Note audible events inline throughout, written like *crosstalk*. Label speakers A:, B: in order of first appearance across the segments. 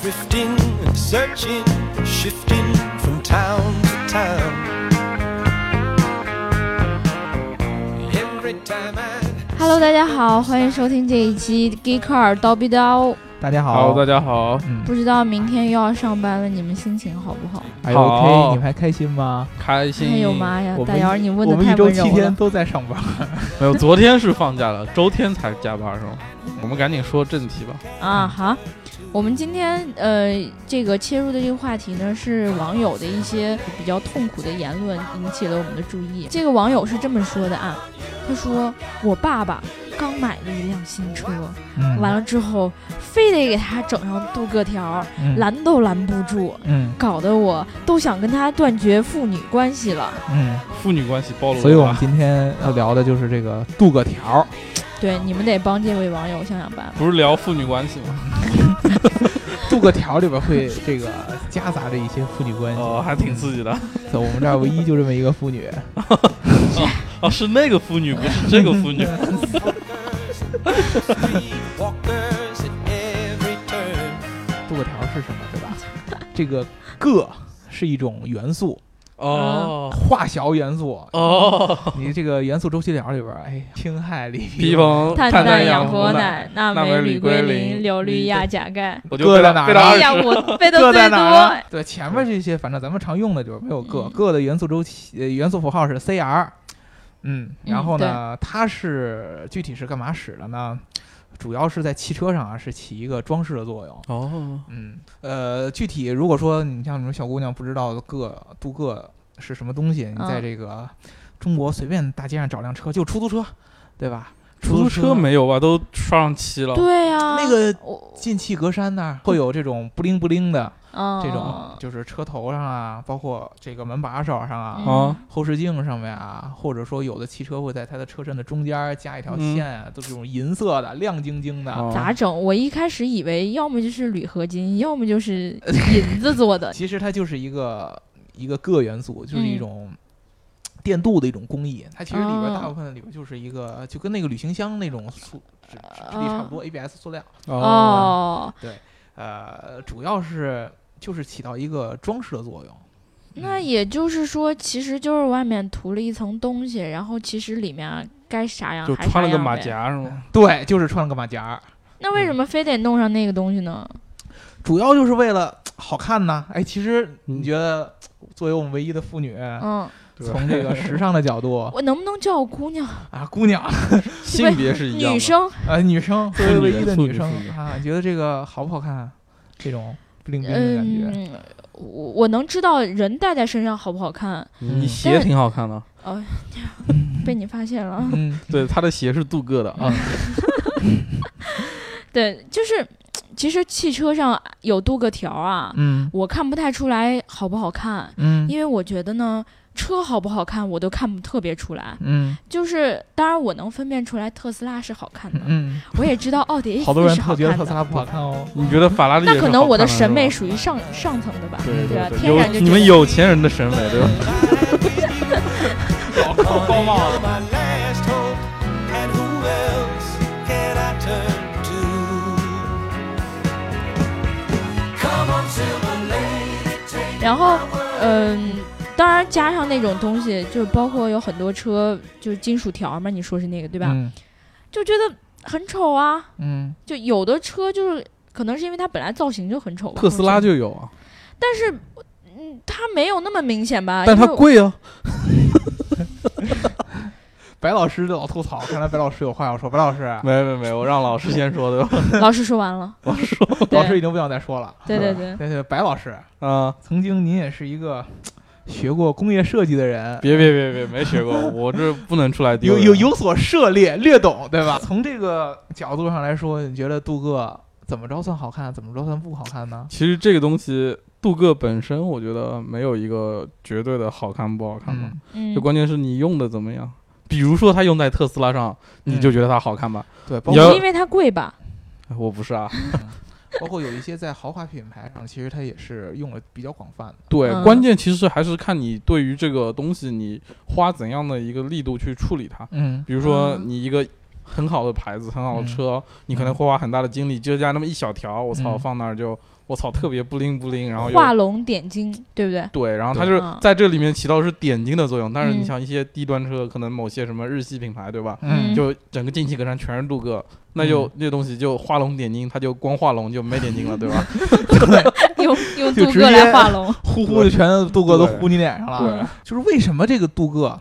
A: drifting and searching, shifting from town to town. Every time I
B: Hello，大家好，欢迎收听这一期《Geek Car 叨逼叨》。
C: 大家好，嗯
D: Hello，大家好，
B: 不知道明天又要上班了，你们心情好不好？
C: 哎呦
D: 好
C: OK，你们还开心吗？
D: 开心。
B: 哎呦妈呀
C: 我，
B: 大
C: 们
B: 姚，你问
C: 我
B: 的
C: 们一
B: 太
C: 周
B: 温柔
C: 七天
B: 了。
C: 都在上班，
D: 没有，昨天是放假了，周天才加班是吗？
C: 嗯
D: 我们赶紧说正题吧。
B: 啊好，我们今天呃这个切入的这个话题呢，是网友的一些比较痛苦的言论引起了我们的注意。这个网友是这么说的啊，他说我爸爸刚买了一辆新车，
C: 嗯
B: 完了之后非得给他整上镀铬条，
C: 嗯
B: 拦都拦不住。
C: 嗯
B: 搞得我都想跟他断绝父女关系了。
C: 嗯，
D: 父女关系暴露了吧，
C: 所以我们今天要聊的就是这个镀个
D: *laughs*
C: 条儿，
D: 啊
B: 对，你们得帮这位网友想想办法。
D: 不是聊父女关系吗？
C: 镀个条儿里边会这个夹杂着一些父女关系，
D: 哦，还挺刺激的。
C: 所以我们这儿唯一就这么一个妇女，啊
D: 哦，是那个妇女，不是这个妇女。
A: walkers at every turn.
C: 镀个条儿是什么，对吧？
B: *laughs*
C: 这个铬是一种元素，
D: *laughs* 哦
C: 化学元素。
B: 嗯
D: 哦，
C: 你这个元素周期表里边儿，哎，氢氦锂
D: 披风
B: 碳
D: 碳
B: 氮
D: 氧
B: 氟
D: 奶，
B: 奶、钠
D: 钠
B: 镁、
D: 镁
B: 铝
D: 铝
B: 硅
D: 硅磷
B: 硫氯
D: 铝
B: 亚钾钙。
D: 我就
C: 搁
D: 背
C: 在
D: 了
C: 哪儿
D: 背了
C: 啊
B: 哎
D: 二
B: 呀，
D: 十。
B: 我背的
C: 各
B: 最
C: 在哪儿
B: 多
D: 啊
C: 呢。？对，前面这些反正咱们常用的就是没有各
B: 嗯
C: 各的元素周期、呃元素符号是 CR，嗯，然后呢，它是具体是干嘛使的呢？主要是在汽车上啊，是起一个装饰的作用。
D: 哦，
C: 嗯，呃，具体如果说你像你们小姑娘不知道个镀铬是什么东西，你
B: 嗯
C: 在这个中国随便大街上找辆车，就出租车，对吧？
D: 出租车没有吧？都刷上漆了。
B: 对呀，
C: 那个
B: 我
C: 进气格栅那儿会有这种不灵不灵的，
B: 嗯
D: 哦
C: 这种就是车头上啊，包括这个门把手
B: 嗯
C: 上啊、
D: 啊
C: 后视镜上面啊，或者说有的汽车会在它的车身的中间儿加一条
D: 嗯
C: 线啊，都是这种银色的、亮晶晶的。
D: 哦
B: 咋整？我一开始以为要么就是铝合
D: *laughs*
B: 金，要么就是银子做的。
C: 其实它就是一个一个铬元素，就是
B: 嗯
C: 一种电镀的一种工艺。它其实里边儿
B: 哦
C: 大部分里边儿就是一个，就跟那个旅行箱那种塑质质地差不多，ABS 塑料。
D: 哦，
B: 哦，
C: 呃，主要是就是起到一个装饰的作用。
B: 那
C: 嗯
B: 也就是说，其实就是外面涂了一层东西，然后其实里面啊该啥样
D: 就
B: 还
D: 穿了
B: 啥
D: 个
B: 样
D: 马
B: 呗。
D: 甲是嗯吗？
C: 对，就是穿了个马甲儿。
B: 那为什么非得弄上那个东西呢？
C: 主要就是为了好看呐。哎，其实
D: 嗯
C: 你觉得，作为我们唯一的妇女，
D: 啊
B: 嗯，
C: 从这个时尚的角
D: *laughs*
C: 度
B: 我能不能叫我姑娘、
C: 啊，姑娘啊、
D: 性别是一样的。
B: 女生？
C: 呃女生，作为唯一的
D: 妇
C: 女
D: 女
C: 生
D: 妇女
C: 啊，你觉得这个好不好看啊？这种不灵不灵的感觉，
B: 嗯，我我能知道人戴在身上好不好看？
C: 嗯
D: 你鞋挺好看的。
B: 哦，被你发现了。 *laughs*
C: 嗯，
D: *laughs* 对，他的鞋是镀铬的啊。
B: 对，就是其实汽车上有镀铬条啊，
C: 嗯
B: 我看不太出来好不好看，
C: 嗯
B: 因为我觉得呢。车好不好看，我都看不特别出来。
C: 嗯
B: 就是，当然我能分辨出来特斯拉是好看的，
C: 嗯，
B: 我也知道奥迪 A
C: 好多人
B: 是好
C: 特觉得
B: 看
C: 特斯
B: 的。
C: 拉不好看哦。
D: 你觉得法拉利也
B: 那
D: 是
B: 可能
D: 好
B: 我的
D: 看
B: 审美
C: 啊
D: 是
B: 属于上上层的吧，
D: 吧对
B: 对吧？
D: 对，
B: 天然就
D: 有你
B: 觉
D: 们
B: 得
D: 有钱人的审美对吧？
C: 老扣
A: You're my last hope, and who else can I turn to? Come on, Silver Lady, take
B: 然后，嗯，当然加上那种东西，就是包括有很多车就是金属条嘛，你说是那个对吧？
C: 嗯
B: 就觉得很丑啊，
C: 嗯，
B: 就有的车就是可能是因为它本来造型就很丑吧。
D: *laughs* 特斯拉
B: 我觉得，
D: 就有啊，
B: 但是，嗯，它没有那么明显吧？
D: 但它
B: 因为
D: 贵啊。
C: 哦 *laughs*
D: *laughs*
C: 白老师老吐槽，看来白老师有话要说。白老师，
D: 没没没，我让老师先说对 *laughs* 吧？
B: 老师说完了，老师说，
C: 老师已经不想再说了。
B: 对对对，
C: 对对，白老师，
D: 啊，
C: 曾经您也是一个学过工业设计的人，
D: 别别别别，没学过，我这不能出来丢
C: 有
D: 人。
C: 有有所涉猎，略懂，对吧？从这个角度上来说，你觉得镀铬怎么着算好看，怎么着算不好看呢？
D: 其实这个东西，镀铬本身，我觉得没有一个绝对的好看不好看嘛，
C: 嗯，
B: 嗯
D: 就，关键是你用的怎么样。比如说，它用在特斯拉上，你就觉得它好看吧？
C: 对，包
D: 你
C: 括
D: 要
B: 是因为它贵吧？
D: 哎我不是啊，
C: 包括有一些在豪华品牌上，其实它也是用了比较广泛的。
D: 对，
B: 嗯
D: 关键其实还是看你对于这个东西，你花怎样的一个力度去处理它。
C: 嗯
D: 比如说
B: 嗯
D: 你一个很好的牌子、很好的
C: 嗯
D: 车，你可能会花很大的精力，就加那么一小条，我操，
C: 嗯
D: 放那儿就我操，特别不灵不灵，然后又
B: 画龙点睛，对不
D: *laughs*
B: 对？
D: 对，然后它
B: 对
D: 就是
B: 啊
D: 在这里面起到是点睛的作用。但是
B: 嗯
D: 你像一些低端车，可能某些什么日系品牌，对吧？
B: 嗯
D: 就整个进气格栅全是镀铬，那就
C: 嗯
D: 那东西就画龙点睛，它就光画龙就没点睛了，对吧？
B: 用用
C: 就
B: 镀
C: 直
B: 铬来
C: 接
B: 画龙，
C: 呼呼的全镀铬都
D: 对
C: 呼你脸上了。
D: *laughs* 对啊
C: 就是为什么这个镀铬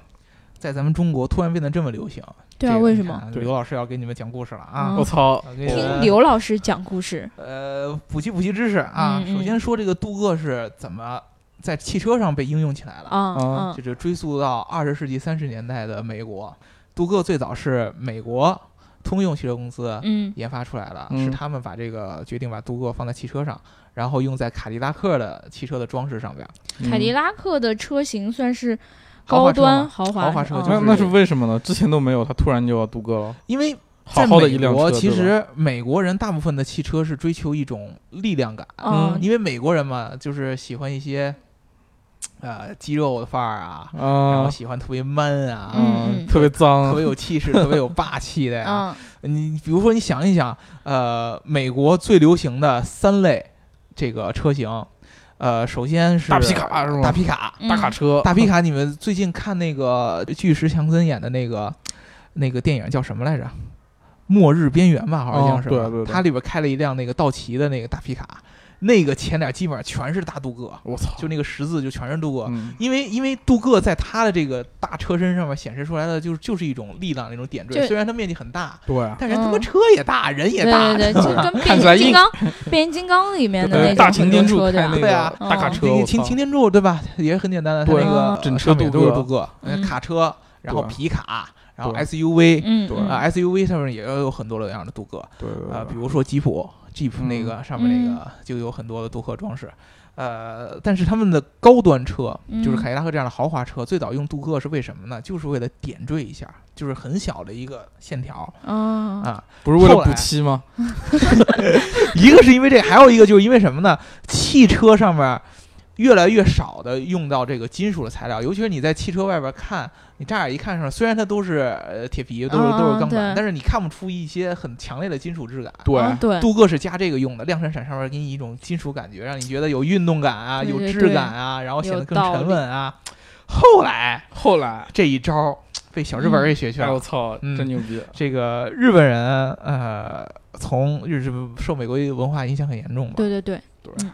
C: 在咱们中国突然变得这么流行？
B: 对啊，
C: 这个
B: 为
C: 你
B: 什么？
C: 看
D: 对
C: 刘老师要给你们讲故事了啊！
B: 嗯
D: 我操！
C: 我给你
B: 听
C: 们
B: 刘老师讲故事，
C: 呃补习补习知识啊。
B: 嗯嗯
C: 首先说这个镀铬是怎么在汽车上被应用起来了，
B: 啊
D: 啊
B: 啊
C: 这就追溯到二十世纪三十年代的美国。镀铬最早是美国通用汽车公司
B: 嗯
C: 研发出来的，
D: 嗯
C: 是他们把这个决定把镀铬放在汽车上，然后用在卡迪拉克的汽车的装饰上边。
D: 嗯
B: 凯迪拉克的车型算是
C: 豪
B: 高
C: 华车嘛
B: 端豪华
C: 豪华车
B: 啊
C: 就
D: 那
C: 是
D: 那是为什么呢？之前都没有，它突然就要镀铬了，
C: 因为
D: 好
C: 在
D: 好的
C: 美
D: 一辆
C: 国
D: 车，
C: 其
D: 对吧
C: 实美国人大部分的汽车是追求一种力量感，
B: 嗯
C: 因为美国人嘛，就是喜欢一些，呃，肌肉的范儿啊，然后
D: 啊，
C: 喜欢特别 man 啊，
B: 嗯嗯
D: 呃特别脏
C: 特，别有气
D: *laughs*
C: 势，特别有霸气的
B: 嗯
C: 呀。你比如说，你想一想，呃，美国最流行的三类这个车型，呃，首先是
D: 大皮卡是吗
C: 大皮卡，
B: 嗯
D: 大卡车，
C: 大皮卡，你们最近看那个巨石强森演的那个那个电影叫什么来着？末日边缘吧，好像是吧、
D: 哦对对对
C: 它里边开了一辆那个道奇的那个大皮卡，那个前脸基本上全是大镀铬，
D: 我操，
C: 就那个十字就全是镀铬。
D: 嗯
C: 因为因为镀铬在它的这个大车身上面显示出来的就是就是一种力量那种点
B: 就
C: 缀，虽然它面积很大，
D: 对啊，
C: 但人他妈
B: 嗯
C: 车也大，人也
B: 对
C: 大，
B: 对对，就跟变
D: 看起来
B: 形金
D: 硬
B: 刚、变形金刚里面的那种
D: 对呃大
B: 很
D: 擎
B: 多
D: 天柱
B: 车，对
D: 开
B: 吧
D: 那？
C: 对啊
D: 个大卡
B: 嗯
D: 车，
C: 这
D: 我
C: 个擎
D: 操
C: 擎天柱对吧？也很简单的，它
D: 对
C: 那个呃
D: 整车
C: 上面
D: 镀
C: 都是镀
D: 铬
C: 铬，
B: 嗯
C: 卡车，然后
D: 对
C: 皮卡，然后
D: 对
C: SUV
B: 嗯，
D: 对
B: 嗯
C: 啊，SUV 上面也有很多的样的镀铬
D: 对对
C: 啊，
D: 对
C: 比如说吉普，Jeep
D: 嗯
C: 那个上面那个就有很多的镀铬装饰。呃，但是他们的高端车，就是
B: 嗯
C: 凯迪拉克这样的豪华车，最早用镀铬是为什么呢？就是为了点缀一下，就是很小的一个线条
B: 啊
C: 啊。
D: 不是为了
C: 后来
D: 补漆吗？
C: 一个是因为这，还有一个就是因为什么呢？汽车上面越来越少的用到这个金属的材料，尤其是你在汽车外边看，你乍眼一看上，虽然它都是呃铁皮，都是、
B: 啊
C: 都是钢
B: 对
C: 板，但是你看不出一些很强烈的金属质感。
D: 对
B: 啊对，
C: 镀铬是加这个用的，亮闪闪上面给你一种金属感觉，让你觉得有运动感啊，
B: 对对
C: 有质
B: 对
C: 感啊，然后显
B: 有
C: 得更
B: 道
C: 沉
B: 理
C: 稳啊。后来
D: 后来，
C: 这一招被小日本儿给学去了
D: 哎，我操，
C: 嗯
D: 真牛逼！
C: 这个日本人，呃，从日受美国文化影响很严重嘛，
B: 对对对，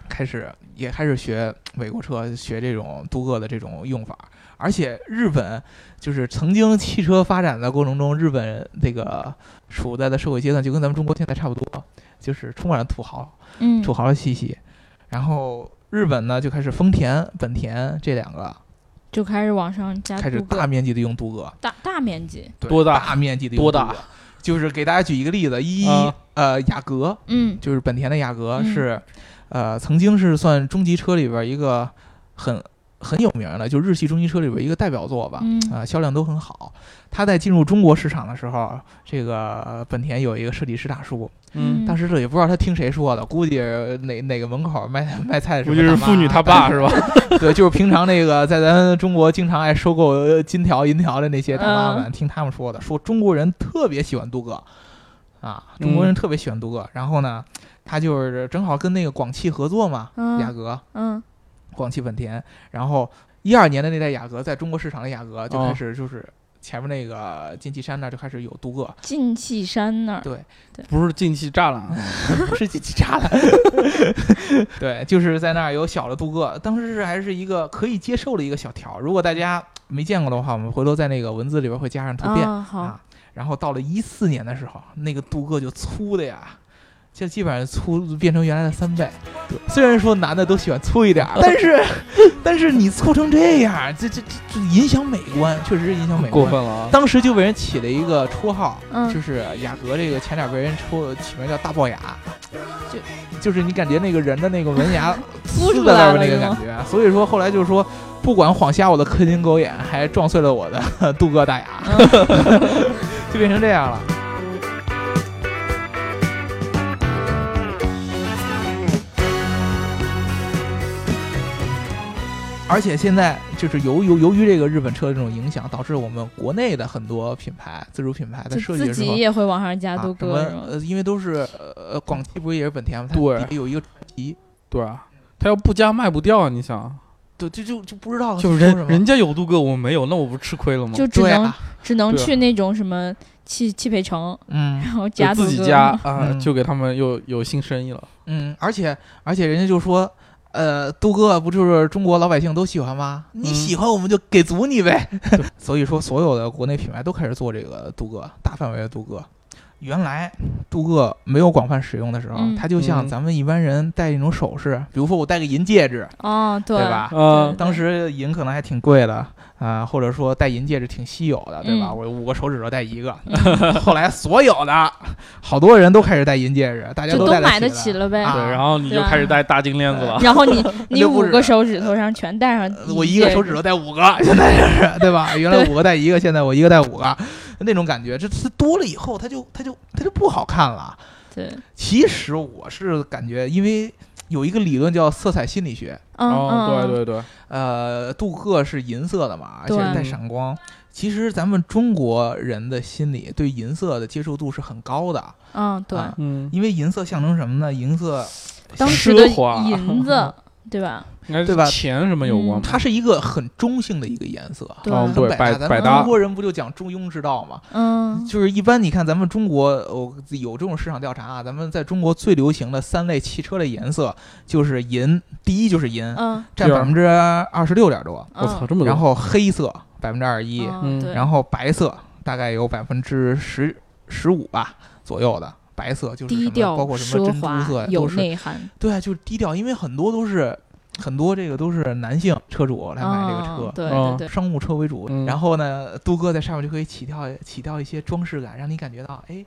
C: 开始也开始学美国车，学这种镀铬的这种用法。而且日本就是曾经汽车发展的过程中，日本这个处在的社会阶段就跟咱们中国现在差不多，就是充满了土豪，
B: 嗯，
C: 土豪的气息。然后日本呢就开始丰田、本田这两个
B: 啊就开始往上加
C: 开始
B: 镀铬
C: 大面积的用镀铬，
B: 大大面积，
C: 对
D: 多大
C: 大面积的用
D: 多
C: 镀
D: 大
C: 铬？就是给大家举一个例子，一、
D: 啊
C: 呃雅阁，
B: 嗯
C: 就是本田的雅阁
B: 嗯
C: 是，呃，曾经是算中级车里边一个很很有名的，就日系中级车里边一个代表作吧，
B: 嗯
C: 啊、销量都很好。它在进入中国市场的时候，这个呃本田有一个设计师大叔，
B: 嗯，
C: 当时这也不知道他听谁说的，估计哪哪个门口卖 *laughs* 卖
B: 嗯
C: 菜的时
D: 估
C: 候，
D: 计是妇女她爸是吧？
C: *laughs* 对，就是平常那个在咱中国经常爱收购呃金条银条的那些大妈
B: 嗯
C: 们，听他们说的，说中国人特别喜欢镀铬，啊，
D: 嗯
C: 中国人特别喜欢镀铬。然后呢，他就是正好跟那个广汽合作嘛，
B: 嗯
C: 雅阁、
B: 嗯
C: 广汽本田，然后一二年的那代雅阁在中国市场的雅阁就开始就是前面那个进气山那儿就开始有镀铬，
B: 进气山那儿，
C: 对，
D: *laughs* 不是进气栅栏，啊
C: 不是进气栅栏， *laughs* 对，就是在那儿有小的镀铬，当时是还是一个可以接受的一个小条儿。如果大家没见过的话，我们回头在那个文字里边会加上图片
B: 啊好，
C: 然后到了一四年的时候，那个镀铬就粗的呀，就基本上粗变成原来的三倍。虽然说男的都喜欢粗一点儿，但是但是你粗成这样，这这这这影响美观，确实是影响美
D: 过
C: 观。
D: 分了啊！
C: 当时就被人起了一个绰号，
B: 嗯
C: 就是雅阁这个前脸被人抽起名叫大龅牙，
B: 就
C: 就是你感觉那个人的那个门
B: *laughs*
C: 牙
B: 凸
C: 撕
B: 出
C: 在
B: 来
C: 外
B: 了
C: 边那个
B: 是
C: 感
B: 吗
C: 觉，所以说后来就是说，不管晃瞎我的磕金狗眼，还撞碎了我的 *laughs* 镀铬大牙，
B: 嗯
C: 就变成这样了。而且现在就是由由由于这个日本车的这种影响，导致我们国内的很多品牌自主品牌在
B: 就
C: 设计
B: 自
C: 的时
B: 己
C: 候，
B: 也会往上加
C: 啊
B: 镀
C: 什
B: 铬
C: 么
B: 是吗？
C: 呃，因为都是呃呃广汽不是也是本田吗？它
D: 对
C: 底下有一个
D: 对啊，他要不加卖不掉啊！你想，
C: 对，就就就不知道
D: 就
C: 说
D: 人
C: 什么
D: 人家有镀铬，我没有，那我不吃亏了吗？
B: 就只
C: 对
B: 能、
C: 啊，
B: 只能
D: 对啊
B: 去那种什么汽汽配城，
C: 嗯
B: 然后
D: 就
B: 加
D: 自
B: 杜
D: 己
B: 哥
D: 家啊，
C: 嗯
D: 就给他们又有新生意了。
C: 嗯，而且而且人家就说。呃，都哥不就是中国老百姓都喜欢吗？你
D: 嗯
C: 喜欢我们就给足你呗。所以说，所有的国内品牌都开始做这个镀铬，大范围的镀铬。原来镀铬没有广泛使用的时候，
B: 嗯
C: 它就像
D: 嗯
C: 咱们一般人戴那种首饰，比如说我戴个银戒指，
B: 哦，对
C: 对吧？
D: 嗯
B: 对
C: 当时银可能还挺贵的啊、或者说戴银戒指挺稀有的，对吧？
B: 嗯
C: 我五个手指头戴一个。
B: 嗯
C: *laughs* 后来所有的好多人都开始戴银戒指，大家
B: 就
C: 戴
B: 都买
C: 得
B: 得
C: 起
B: 起
C: 了。
B: 了呗。
C: 啊
D: 对，然后你
B: 对
D: 就
B: 啊
D: 开始戴大金链子了。
C: *laughs*
B: 然后你你
C: 就不
B: 五
C: 止
B: 个手指头上全戴上戒指，
C: 我一个手指头戴五个，现在就是对吧？原来五个戴一个，现在我一个戴五个，那种感觉，这这多了以后，它就它就它就不好看了。
B: 对，
C: 其实我是感觉，因为有一个理论叫色彩心理学，
B: 嗯
D: 哦，
B: 嗯，
D: 对对对，
C: 呃，镀铬是银色的嘛，而且
B: 对
C: 带闪光。其实咱们中国人的心理对银色的接受度是很高的，
B: 嗯对，
C: 啊
D: 嗯，
C: 因为银色象征什么呢？银色
B: 当时的
D: 奢华
B: 银子对吧？
D: 应该
C: 对吧
D: 是钱什么有关
B: 嗯
D: 吧？
C: 它是一个很中性的一个颜色，
B: 对
D: 哦，对，
C: 百
D: 百
C: 咱
D: 百
C: 们
D: 搭
C: 中，国人不就讲中庸之道嘛？
B: 嗯，
C: 就是一般你看咱们中国，哦、有这种市场调查啊，咱们在中国最流行的三类汽车的颜色就是银，第一就是银，
B: 嗯，
C: 占
D: 第
C: 百
D: 二
C: 分之二十六点多，
D: 我操，
B: 嗯，
D: 这么多，
C: 然后黑色百分之二十一，
B: 嗯
D: 嗯
B: 对，
C: 然后白色大概有百分之十十五吧左右的。白色就是
B: 低
C: 什
B: 调
C: 么，包括什么
B: 奢
C: 珍珠
B: 华
C: 色，
B: 有
C: 都是
B: 内涵，
C: 对，啊就是低调，因为很多都是很多这个都是男性车主来买这个车，
B: 嗯对
D: 嗯
B: 对对，
C: 商务车为主，
D: 嗯
C: 然后呢，都哥在上面就可以起掉起掉一些装饰感，让你感觉到，哎，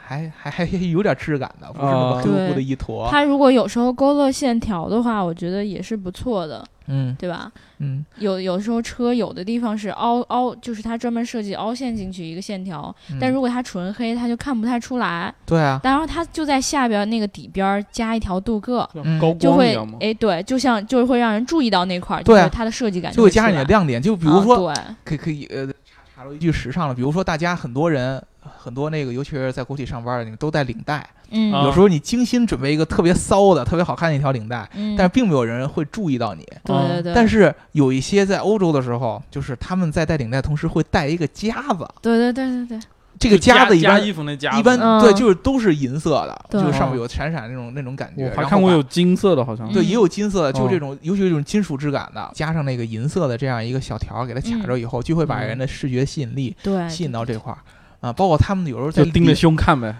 C: 还还还有点质感的，不是那么
D: 啊
C: 黑乎乎的
B: 对
C: 一坨。
B: 它如果有时候勾勒线条的话，我觉得也是不错的，
C: 嗯
B: 对吧？
C: 嗯
B: 有有时候车有的地方是凹凹，就是它专门设计凹陷进去一个线条，
C: 嗯，
B: 但如果它纯黑，它就看不太出来。
C: 对啊，
B: 然后它就在下边那个底边儿加一条镀铬，
C: 嗯
D: 高
B: 就
D: 光一
B: 会
D: 样嘛，
B: 哎，对，就像就是会让人注意到那块儿，
C: 对啊
B: 就是它的设计感
C: 就会加上你
B: 出
C: 的
B: 来
C: 亮点，就比如说，
B: 啊
C: 可以可以呃，查查了一句时尚了，比如说大家很多人。很多那个，尤其是在国企上班的，你们都带领带。
B: 对，嗯，
D: 啊
C: 有时候你精心准备一个特别骚的、特别好看的一条领带，
B: 嗯，
C: 但是并没有人会注意到你。
B: 对对对，
C: 但是有一些在欧洲的时候，就是他们在带领带同时会带一个夹子，
B: 对对对对对，
C: 这个夹子一
D: 加
C: 般
D: 衣服那夹子，
C: 一般、
B: 嗯
C: 对，就是都是银色的，
B: 对
C: 就是上面有闪闪那种那种感觉。
D: 我
C: 然
D: 还
C: 后
D: 看过
C: 把
D: 有金色的，好像
C: 对，
B: 嗯
C: 也有金色的，
D: 哦
C: 就这种，尤其是这种金属质感的，加上那个银色的这样一个小条儿，给它卡着以后，就会把
D: 嗯
C: 人的视觉吸引力
B: 嗯哎对，
C: 吸引到这块儿。啊，包括他们有时候在
D: 就盯着
C: 领
D: 胸看呗，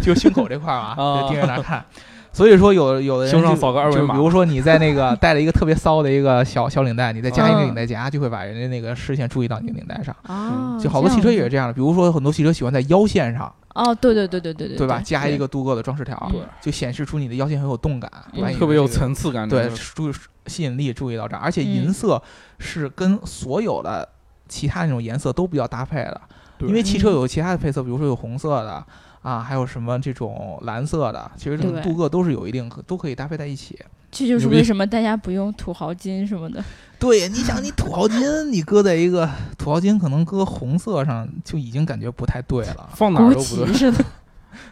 C: 就胸口这块儿
D: *laughs*
C: 啊，
D: 啊
C: 就盯着那儿看。所以说有有的人
D: 胸上
C: 就
D: 扫个二维
C: 就
D: 码
C: 比如说你在那个带了一个特别骚的一个小小领带，你再加一个
B: 嗯
C: 领带夹，就会把人家那个视线注意到你的领带上。
B: 啊，
C: 嗯就好多
B: 这
C: 汽
B: 样
C: 车也
B: 子
C: 是这样的，比如说很多汽车喜欢在腰线上，
B: 哦，对对对对对对，
C: 对吧？加一个镀铬的装饰条，
B: 对
C: 就显示出你的腰线很有动感，
B: 嗯
C: 完以后
D: 特别有
C: 这个
D: 层次感。
C: 对
D: 这个
C: 注吸引力注意到这儿，而且
B: 嗯
C: 银色是跟所有的其他那种颜色都比较搭配的，
D: 对
C: 因为汽
B: 嗯
C: 车有其他的配色，比如说有红色的啊，还有什么这种蓝色的，其实这种
B: 对
C: 镀铬都是有一定可都可以搭配在一起。
B: 这就是
D: 牛逼
B: 为什么大家不用土豪金什么
C: *laughs*
B: 的，
C: 对，你想你土豪金，你搁在一个土豪金，可能搁红色上就已经感觉不太对了。
D: 放哪
B: 国 *laughs*
D: 儿都不
B: 旗
D: 对
B: 似的，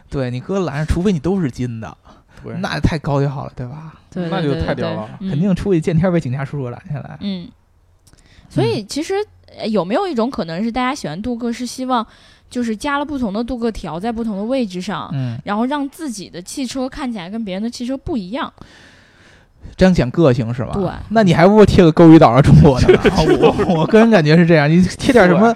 C: 对你搁蓝上，除非你都是金的，，
D: 对
C: 那太高调了，对吧？
B: 对，
C: *laughs*
D: 那
B: 对
D: 就
B: 对
D: 太
B: 对
D: 屌了
B: 嗯
C: 肯定出去见天儿被警察叔叔拦下来。
B: 嗯，所
C: 嗯
B: 以其实呃有没有一种可能是大家喜欢镀铬，是希望就是加了不同的镀铬条在不同的位置上，
C: 嗯，
B: 然后让自己的汽车看起来跟别人的汽车不一样？
C: 彰显个性是吧？
B: 对
C: 那你还不如贴个勾鱼岛上中国的
D: *laughs*
C: 呢。啊我我个人感觉是这样，你贴点什么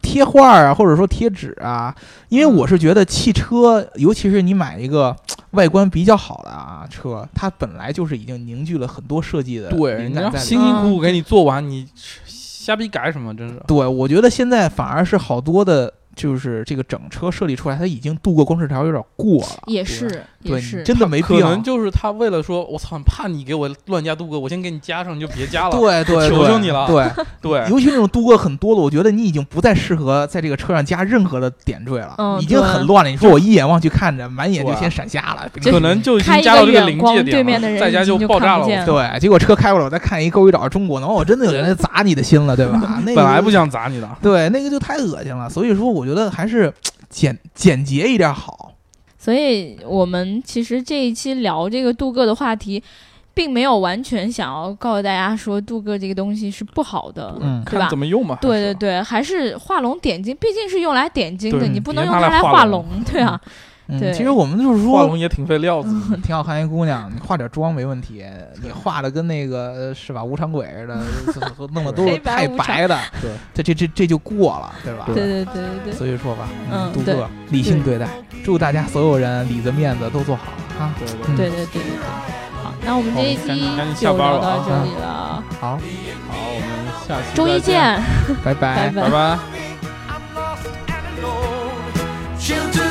C: 贴画啊，或者说贴纸啊，因
D: 嗯
C: 为我是觉得汽车，尤其是你买一个外观比较好的啊车，它本来就是已经凝聚了很多设计的
D: 对，
C: 灵
D: 人
C: 感
D: 家
C: 在里
D: 辛
C: 面。
D: 辛苦苦给你做完，你瞎逼改什么？真是
C: 对，我觉得现在反而是好多的，就是这个整车设计出来，它已经镀过光饰条有点过了。
B: 也是
C: 对，
B: 也
C: 你
B: 是，
C: 真的没必
D: 可
C: 要
D: 能。就是他为了说，我操，怕你给我乱加镀铬，我先给你加上，你就别加了。
C: 对对对，
D: *laughs* 求求你了
C: 对，
D: 对，
C: 尤其那种镀铬很多的，我觉得你已经不再适合在这个车上加任何的点缀了，
B: 嗯
C: 已经很乱了。你说我一眼望去看着，满眼就
D: 对啊
C: 先闪瞎了，
B: 就
D: 可能就已
B: 开
D: 经
B: 一
D: 加到
B: 个
D: 这个
B: 远
D: 临界
B: 光，对
D: 点
B: 面的
D: 了，
B: 人
D: 再加
B: 已经
D: 就
B: 就
D: 爆炸
B: 看
D: 了
B: 不。见了。
C: 对，结果车开过来，我再看一《勾鱼岛中国》，然后我真的有人砸你的心了，对
D: *laughs*
C: 吧？那个
D: 我本来不想砸你的，
C: 对，那个就太恶心了。所以说，我觉得还是简简洁一点好。
B: 所以我们其实这一期聊这个镀铬的话题，并没有完全想要告诉大家说镀铬这个东西是不好的。
C: 嗯
B: 对吧
D: 看怎么用嘛。
B: 对对对，还是画龙点睛，毕竟是用来点睛的，
D: 对
B: 你不能
D: 别
B: 用
D: 拿来
B: 来
D: 画
B: 画
D: 龙
B: 龙，对啊，
C: 嗯
B: 对
C: 其实我们就是
D: 还是画
C: 说，
D: 龙也挺费料子的，
C: 挺好看一姑娘，你化点妆没问题，你化的跟那个呃是吧无常鬼似
D: *laughs*
C: 的，弄的都是
B: 黑白
C: 太
B: 无常
C: 白的，
D: 对，
C: 这这这这就过了，对吧？
B: 对对对对对。
C: 所以说吧，
B: 嗯
C: 杜
B: 对
C: 哥理性对待，祝大家所有人里子面子都做好啊！
D: 对对
C: 嗯
B: 对对对对对。好，那我们这一
D: 好赶紧赶紧
B: 期
D: 下
B: 就
D: 班
B: 聊
D: 了
B: 到
D: 啊
B: 这里了，
C: 好，
D: 好，我们下
B: 嗯
D: 期
B: 周一
D: 再
B: 见，
C: 拜拜
B: 拜。
D: 拜拜。
A: I'm lost and alone. She'll do